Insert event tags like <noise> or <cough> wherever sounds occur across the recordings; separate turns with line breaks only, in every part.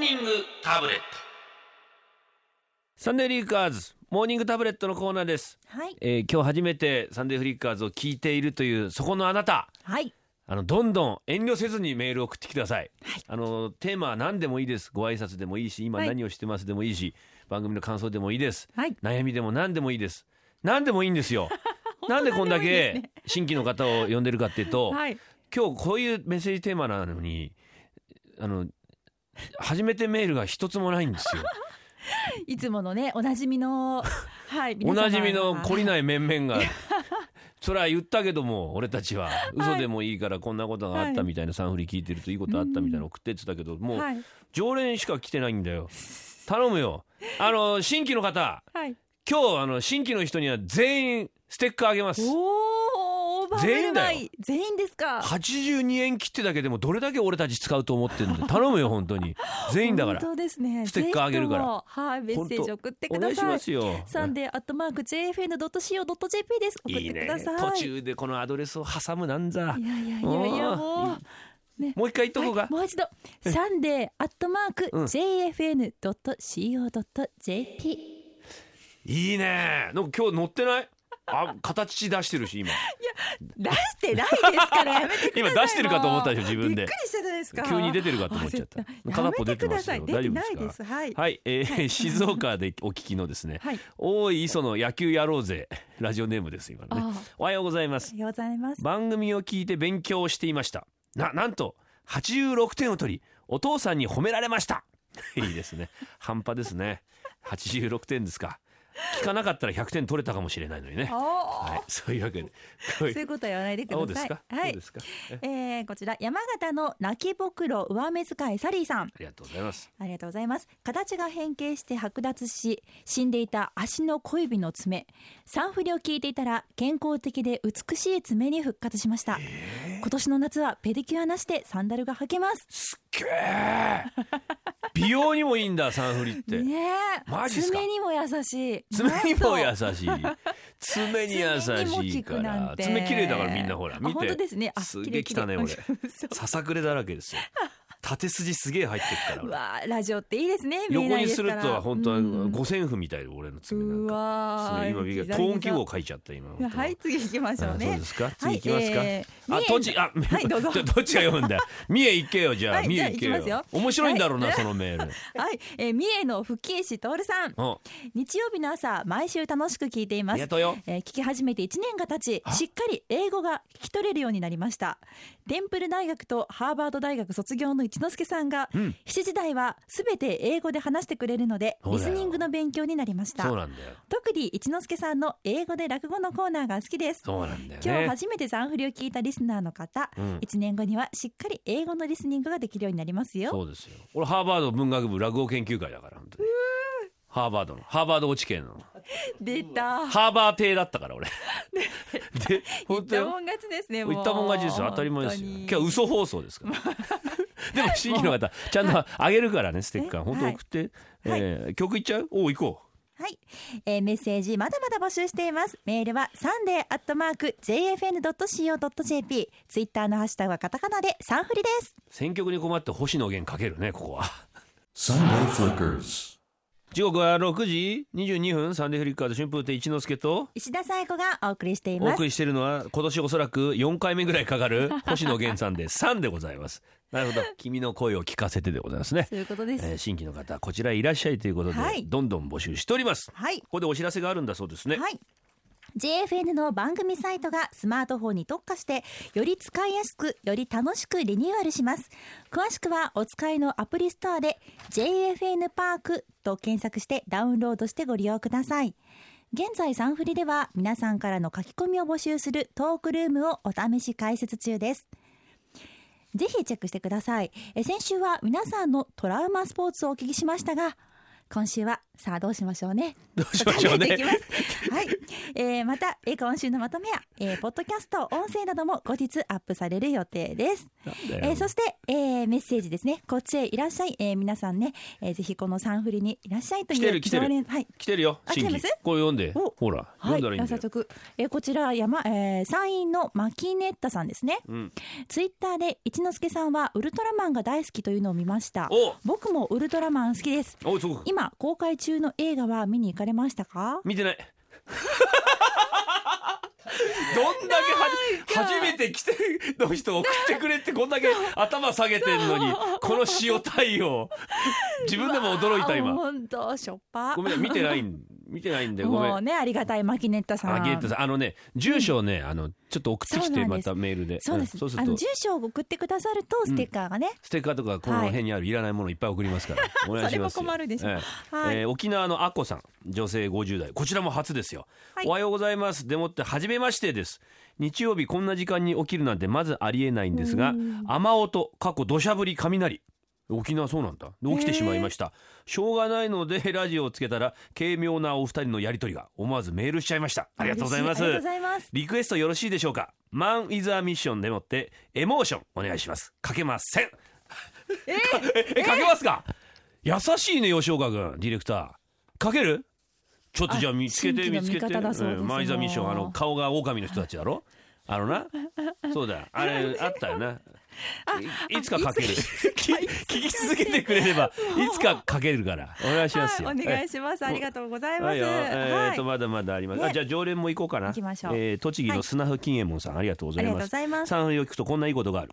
ニングタブレット
サンデーリーカーズモーニングタブレットのコーナーです、
はい。
えー今日初めてサンデーフリッカーズを聞いているというそこのあなた
はい。
あのどんどん遠慮せずにメールを送ってきてください、あのテーマは何でもいいですご挨拶でもいいし今
はい
何をしてますでもいいし、番組の感想でもいいです、
はい
悩みでも何でもいいです何でもいいんです
<laughs>
よなんでこんだけ新規の方を呼んでるかっていうと、
はい。
今日こういうメッセージテーマなのにあの初めてメールが一つもないんですよ
いつものね、おなじみの。 <laughs> はい。
お
皆様
なじみの懲りない面々
<laughs>
がそれは言ったけども俺たちは嘘でもいいからこんなことがあったみたいなサンフリ聞いてるといいことあったみたいなの送ってってたけどもう
はい。
常連しか来てないんだよ頼むよあの新規の方
はい。
今日あの新規の人には全員ステッカーあげます
おお、オーバー
全員だよ
ベルマイ全員ですか。
82円切ってだけでもどれだけ俺たち使うと思ってるんで頼むよ本当
<laughs>
に全員だから
本当ですね。
ステッカーあげるから
ぜひともはい、メッセージ送ってく
お願い
だ
し
さ
ま
い。
すよ
サンデーアットマーク JFN ドット CO ドット JP です。送っ
いい
てく
ね
ださい。
途中でこのアドレスを挟むなんざ
いやいやいやいや
おー
もう。
もう一回言っとこう
は
か
いもう一度サンデーアットマーク
うん
JFN ドット CO ドット JP。
いいねなんか今日乗ってないあ形出してるし今
出してないですからやめてください。
<laughs> 今出してるかと思ったでしょ自分
び
で
っくりしたじゃないですか。
急に出てるかと思っちゃった
あ絶対
片っぽ
や
出
め
てますよ
くださ
大
い
丈夫
出てない
で
ですす。はい。 <laughs>
はい、え <laughs> ー、静岡でお聞きのですね
はい。
大井磯の野球やろうぜラジオネームです今のね
ああ
おはようございま
お
す
はようございます。
番組を聞いて勉強をしていましたななんと86点を取りお父さんに褒められました <laughs> いいですね半端ですね86点ですか聞かなかったら100点取れたかもしれないのにねはい
<laughs> お
そういうわけでこう
お。
い
そういうことは言わないでくだ
あ
さ
そ
い。
うですか、
は
そうで。
い
すかえ
えー、こちら山形の泣きぼくろ上目遣いサリーさん
ありがとうございます
ありがとうございます形が変形して剥奪し死んでいた足の小指の爪産婦を聞いていたら健康的で美しい爪に復活しました、今年の夏はペディキュアなしでサンダルが履けます
すっげえ美容にもいいんだサンフリって、
ねえ
マジっすか
爪にも優しい
爪にも優
なんと
しい爪に優しいか
爪にも効くな
ら
んて
爪綺麗だからみんなほら
あ
見
本
て
当ですねあ
すげえ汚
<laughs>
い俺
綺麗綺麗嘘
ささくれだらけです
<laughs>
よ縦筋すげえ入ってっから
う
俺
わあラジオっていいですね見え
横
ない
に
です
す
か
る
ら
とは本当は
うん
五線譜みたいで俺の爪なん
う
か
わ
爪
ー
今びっくり
刻み
ト
刻
ーン記号書いちゃった今本当
はい次行きましょう
あ
ね
そうですか
は
次行きますか、
えー
あ
三重
どっちあ、 <laughs>
はいどうぞ
じゃあどっちが読むん
<laughs>
だよ三重行けよじゃあ、
はい
三重行けよ
じゃあ行きますよ
面白いんだろうな、
はい
そのメール
<laughs> はい、えー、三重の吹石徹さん
あ
日曜日の朝毎週楽しく聞いてい
あ
ま
りが
す
とうよ
えー聞き始めて1年が経ちしっかり英語が聞き取れるようになりましたテンプル大学とハーバード大学卒業の一之輔さんが、
うん
7時台は全て英語で話してくれるので
そう
リ
だ
ス
よ
ニングの勉強になりまし
そう
た
なんだよ
特に一之輔さんの英語で落語のコーナーが好きです
そうなんだよね
今日初めて残振りを聞いたリスナーの方、
うん
一年後にはしっかり英語のリスニングができるようになりますよ。
そうですよ俺ハーバード文学部落語研究会だから本当にハーバードのハーバード落ち系の
出た。
ハーバー亭だったから俺 <laughs> で
言っ
本当
た
よ
もん勝ちですね。もう
言ったもん勝ちですよ当たり前ですよ今日は
本
嘘放送です
<laughs>
からでも新規の方ちゃんとあげるからねステッ
<laughs>
カー
え
本当送って、
はい
えー曲いっちゃうおう行こう
当にはい、えー、メッセージまだまだ募集しています。メールはサンデーアットマーク jfn ドット co ドット jp。ツイッターのハッシュタグはカタカナでサンフリです。
選曲に困って星野源かけるねここは
Sunday Flickers
時刻は6時22分サンデーフリッカーズ春風亭一之輔と
石田紗友子がお送りしてい
お
ます
送。りしてるのは今年おそらく4回目ぐらいかかる星野源さんで3でございますなるほど君の声を聞かせてでございますね
そういうことです。
えー新規の方こちらいらっしゃいということで、
はい
どんどん募集しております
はい
こ。こでお知らせがあるんだそうですね、
はい。JFN の番組サイトがスマートフォンに特化してより使いやすくより楽しくリニューアルします詳しくはお使いのアプリストアで JFN パークと検索してダウンロードしてご利用ください現在サンフリでは皆さんからの書き込みを募集するトークルームをお試し開設中ですぜひチェックしてくださいえ先週は皆さんのトラウマスポーツをお聞きしましたが今週はさあどうしましょうね。
どうしましょう
考えて
ね
いきます <laughs> はい、えーまた、えー今週のまとめや、えーポッドキャスト音声なども後日アップされる予定です。
なんだ
え
よ
ーそして、えーメッセージですね。こっちへいらっしゃい、えー皆さんね、えーぜひこのサンフリにいらっしゃいとい
来
う
てる来てる
常連はい。
来てるよ
あ
新規
来てます
これ読んで
お
ほら
は
読
い、
んだらいいんだ
早
よ
速、えーこちら山、えー山陰のマキネッタさんですね。
うん
ツイッターで一之輔さんはウルトラマンが大好きというのを見ました。
お
僕もウルトラマン好きです。
おそう
今公開中の映画は見に行かれましたか？
見て
<laughs>
ないどんだけはじ初めて来ての人送ってくれってこんだけ頭下げてんのにこの塩対応自分でも驚いた
わあ
今
本当しょっぱ。
ごめん見てないん見てないんだよごめん
もうねありがたいマキネッタさん。
あゲートさんあのね住所をね、あのちょっと送ってき
そう
て
なん
ま
です
たメールで
そうです。
んそうす
あ
る
の
と
住所を送ってくださるとステッカーがね。
ステッカーとかこの辺にあるいらないものいっぱい送りますから、お願いしますよ
<laughs> それも困るでしょ
ええ
はい
えー沖縄のアッコさん女性50代こちらも初ですよ、
はい
おはようございますでもって初めましてです日曜日こんな時間に起きるなんてまずありえないんですが雨音過去土砂降り雷沖縄そうなんだで起きてしまいましたしょうがないのでラジオをつけたら軽妙なお二人のやりとりが思わずメールしちゃいましたありがとうございます
嬉しありがとうございます。
リクエストよろしいでしょうかマン・イズ・ア・ミッションでもってエモーションお願いしますかけませんええかけますか、優しいね吉岡君ディレクターかけるちょっとじゃあ
あ
見つけて
新規の
見つけて、
味方だそうです
マン・イズ・ア・ミッションあ
も
の
う
顔が狼の人たちだろあのなそうだあれあったよな
<laughs> あ
いいつかかける
い
聞き続けてくれればいつかかけるからお願いしますよ、
はいお願いします。ありがとうございま
はい
す。
よ、えーと
はい。
まだまだあります。
ね
あじゃあ常連も行こうかな。
行きましょう
えー栃木
は
の
い
砂布金右衛門さんありがとうござい
ありが
ま
とうご
す。
ざいます
産業を聞くとこんないいことがある。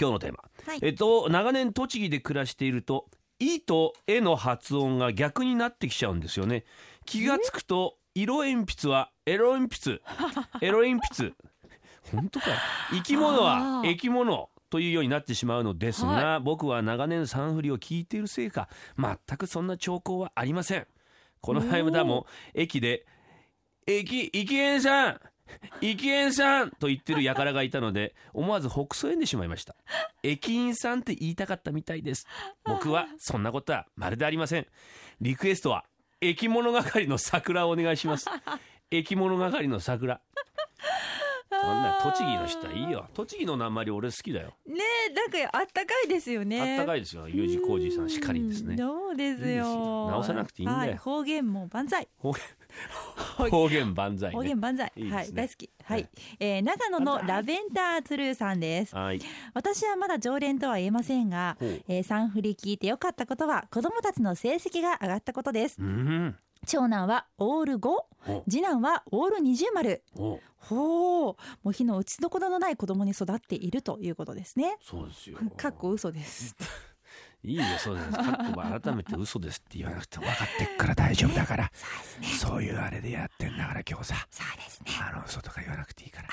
今日のテーマ。
はい
えっと長年栃木で暮らしていると「い」と「え」の発音が逆になってきちゃうんですよね。気がつくと色鉛筆はエロ鉛筆
<laughs>
エロ鉛筆本当か生き物は
あー
生き物というようになってしまうのですが、僕は長年サンフリを聞いているせいか全くそんな兆候はありませんこの間も駅で「駅駅園さん駅園さん!」と言ってる輩がいたので思わずほくそ笑んでしまいました駅員さんって言いたかったみたいです僕はそんなことはまるでありませんリクエストは駅物係の桜をお願いします駅物係の桜そんな栃木の人はいいよ栃木のなまり俺好きだよ、
ねえなんかあったかいですよ
あ
ね。
ったか
い。
いですよ U 字工事さんしかりですね
そうです
いいです
よ。
よ直さなくていいんだよ
は方言も万歳。
方言方言万歳
方
ね
言万歳。
いいですね
はい、大好き。は
はい
い、えー長野のラベンダーツルーさんです。
はい
私はまだ常連とは言えませんが
ほう、
えー、サンフリ聞いて良かったことは子供たちの成績が上がったことです
うん
長男はオール5
お
次男はオール20丸
お
ほうもう火の打ちどころのない子供に育っているということですね
そうですよ
かっこ嘘です
いいよそうですかっこは改めて嘘ですって言わなくても分かってっから大丈夫だ
<laughs>
からそういうあれでやってんだから今日さ
そうですね
あの嘘とか言わなくていいから。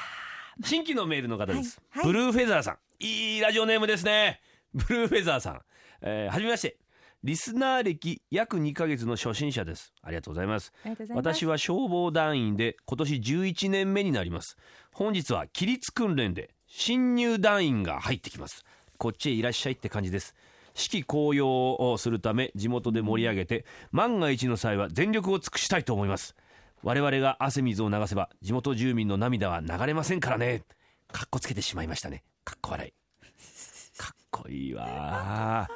新規のメールの方です、
はいはい
ブルーフェザーさん。いいラジオネームですね。 <laughs> ブルーフェザーさん。えーはじめまして。リスナー歴約2ヶ月の初心者です。ありがとうございます。
ありがとうございます
私は消防団員で今年11年目になります本日は規律訓練で新入団員が入ってきますこっちへいらっしゃいって感じです四季紅葉をするため地元で盛り上げて万が一の際は全力を尽くしたいと思います我々が汗水を流せば地元住民の涙は流れませんからねかっこつけてしまいましたねかっこ笑いかっこいいわ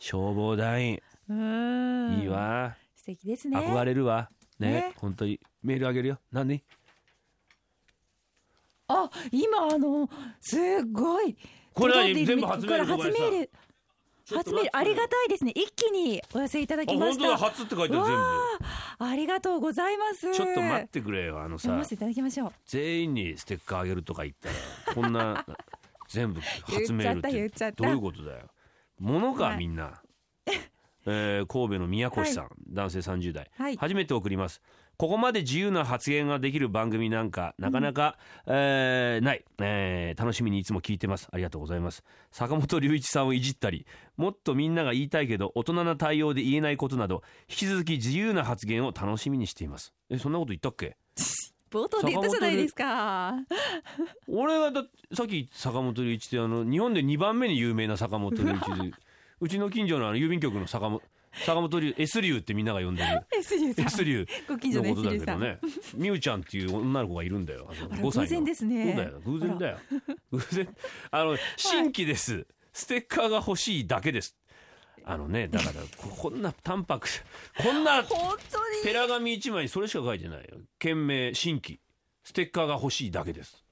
消防団員
うーん
いいわ、
素敵ですね
憧れるわね
ね
本当にメールあげるよ何で
あ今あのすっごい
これ何
届いているみた
全
い
部初メール
これ初メール初メールありがたいですね一気にお寄せいただきました
初って書い
てある全部わありがとうございます
ちょっと待ってくれよあの
読
さ
ませていただきましょう
全員にステッカーあげるとか言った
<laughs>
らこんな全部初メール
言
っ
っちゃ
て
っ
ど
た
うい
言っちゃった
うことだよものか
はい
みん
<laughs>
な、えー神戸の宮越さん、男性30代、
はい
初めて送りますここまで自由な発言ができる番組なんかなかなか、えーない、えー楽しみにいつも聞いてますありがとうございます坂本龍一さんをいじったりもっとみんなが言いたいけど大人な対応で言えないことなど引き続き自由な発言を楽しみにしていますえそんなこと言ったっけ
冒頭で言ったじゃないですか
俺はだってさっき坂本龍一ってあの日本で2番目に有名な坂本龍一でうちの近所のあの郵便局の坂本坂本龍 S 龍ってみんなが呼んでる
<laughs> S 流さん
S 龍
ご近所
の
の
こ
S
とだ
流
け
さ
ど
ん、
ね美羽ちゃんっていう女の子がいるんだよ
あら
5歳の
偶然です
そう
ね
だよ偶然だよ偶然あの新規です、ステッカーが欲しいだけですあのねだからここ <laughs> んな淡白こんな
本当に
ペラ紙一枚にそれしか書いてないよ件名新規ステッカーが欲しいだけです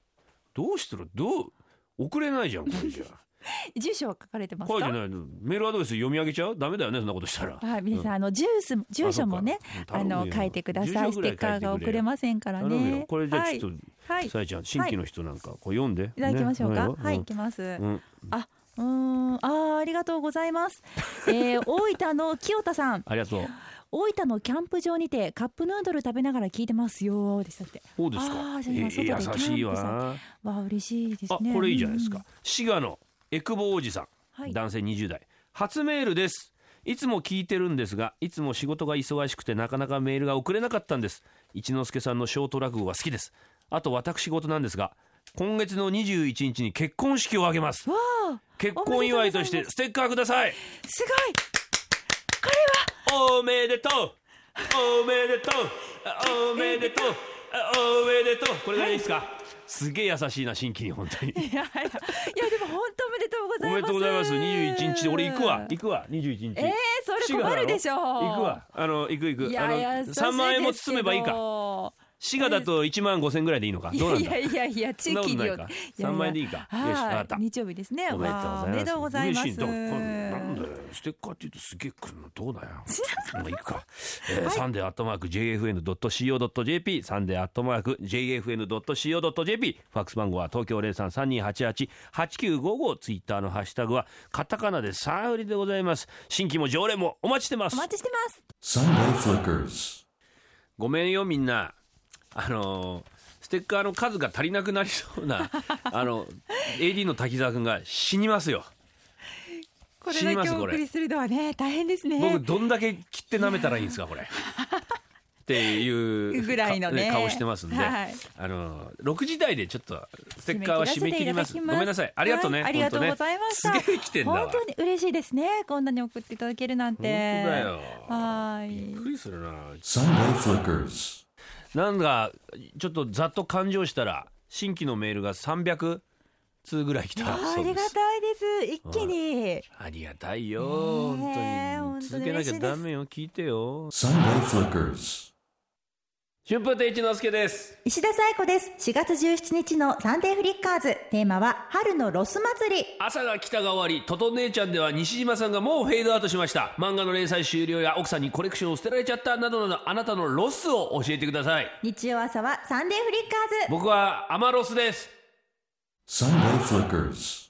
どうしたらどう送れないじゃんこ
<laughs>
れじゃ
住所は書かれてます
書いて
か
ないのメールアドレス読み上げちゃうダメだよねそんなことしたら
はい、皆さん、あの、ジュース、住所もね、あの、書いてください。ステッカーが送れ
ま
ませんからね。
これじゃあちょっ
はい、は
と
い、
さえちゃん新規の人なんかこう読んでい
いただきましょうか。はい、
う
いきます。
んうん
うーん、あーありがとうございます。
<laughs>
えー、大分の清田さん、
ありがとう
大分のキャンプ場にてカップヌードル食べながら聞いてますよーですだって。
そうです
あ
か
ーじゃあ今
えー
外で
優しい
キャンプさ
わ
わあ嬉しいです
あ
ね。
これいいじゃないです
うん
か。滋賀のエクボおじさん
はい。
男性20代初メールですいつも聞いてるんですがいつも仕事が忙しくてなかなかメールが送れなかったんです一之輔さんのショート落語が好きですあと私事なんですが今月の21日に結婚式を挙げます
わあ
結婚祝いとし
おめで
て
とうございま
ステッカーください
す
おめでとうおめでとうあおめでとうあおめでとうこれがいいですか、すげえ優しいな新規に本当に
ごい。いやいやいやでも本当おめでとうご
お
ざいます。
めでとうございます21日で俺行くわ行くわ21日
えー、それ困るでしょう。
行くわ。あの行く行く
いやい
あ
や
の3万円も包めばいいか
か。
滋賀だと1万5千ぐらいでいいのか
い
どう
や
なん
い
だ
やいやいや、
そ
地
んなこと
域に
ない
よ
か
いやいや
3万円でいいかよしわか
は
った
い、日曜日ですね。
おめでとうございます
わあおめでとうございま
嬉しいどうなんだ
す。
よステッカーって言うとすげえくるのどうだよ <laughs> まあいくか、えーサンデーアットマーク JFN.CO.JP サンデーアットマーク JFN.CO.JP ファックス番号は東京0332888955ツイッターのハッシュタグはカタカナでサウリでございます新規も常連もお待ちしてま
お
す
待ちしてます。
Sunday Flickers.
ごめんよみんなあのーステッカーの数が足りなくなりそう <laughs> なあの AD の滝沢くんが死にますよ
こ
知り
れだ
ま
け
す
お
これ
送りするのはね、大変です
僕
ね。
どんだけ切って舐めたらいいんですかこれっていう
<laughs> ぐらいのね
か顔してますんで、
はい
あのー6時台でちょっとステッカーは締め切ります
締め切らせていただき
ごめんなさいありがとうね、
はいありがとうございました。
本当ねすげえ来てんだわ
本当に嬉しいですね。こんなに送っていただけるなん
本
て。
当だよ
は
び
い
っ。くりするな
Sunday Flickers.
なんかちょっとざっと勘定したら新規のメールが300通ぐらい来た
あ
そ
あ
う
り
で
が
す
たいです。一気に。
ありがたいよ、
ねえ
本当に続けなきゃダメよ聞いてよ
Sunday Flickers.
春風亭一之輔です
石田彩子です。4月17日のサンデーフリッカーズ。テーマは春のロス祭り。
朝が来たが終わり「とと姉ちゃん」では西島さんがもうフェードアウトしました漫画の連載終了や奥さんにコレクションを捨てられちゃったなどなどあなたのロスを教えてください
日曜朝はサンデーフリッカーズ。
僕はアマロスです
Sunday Flickers.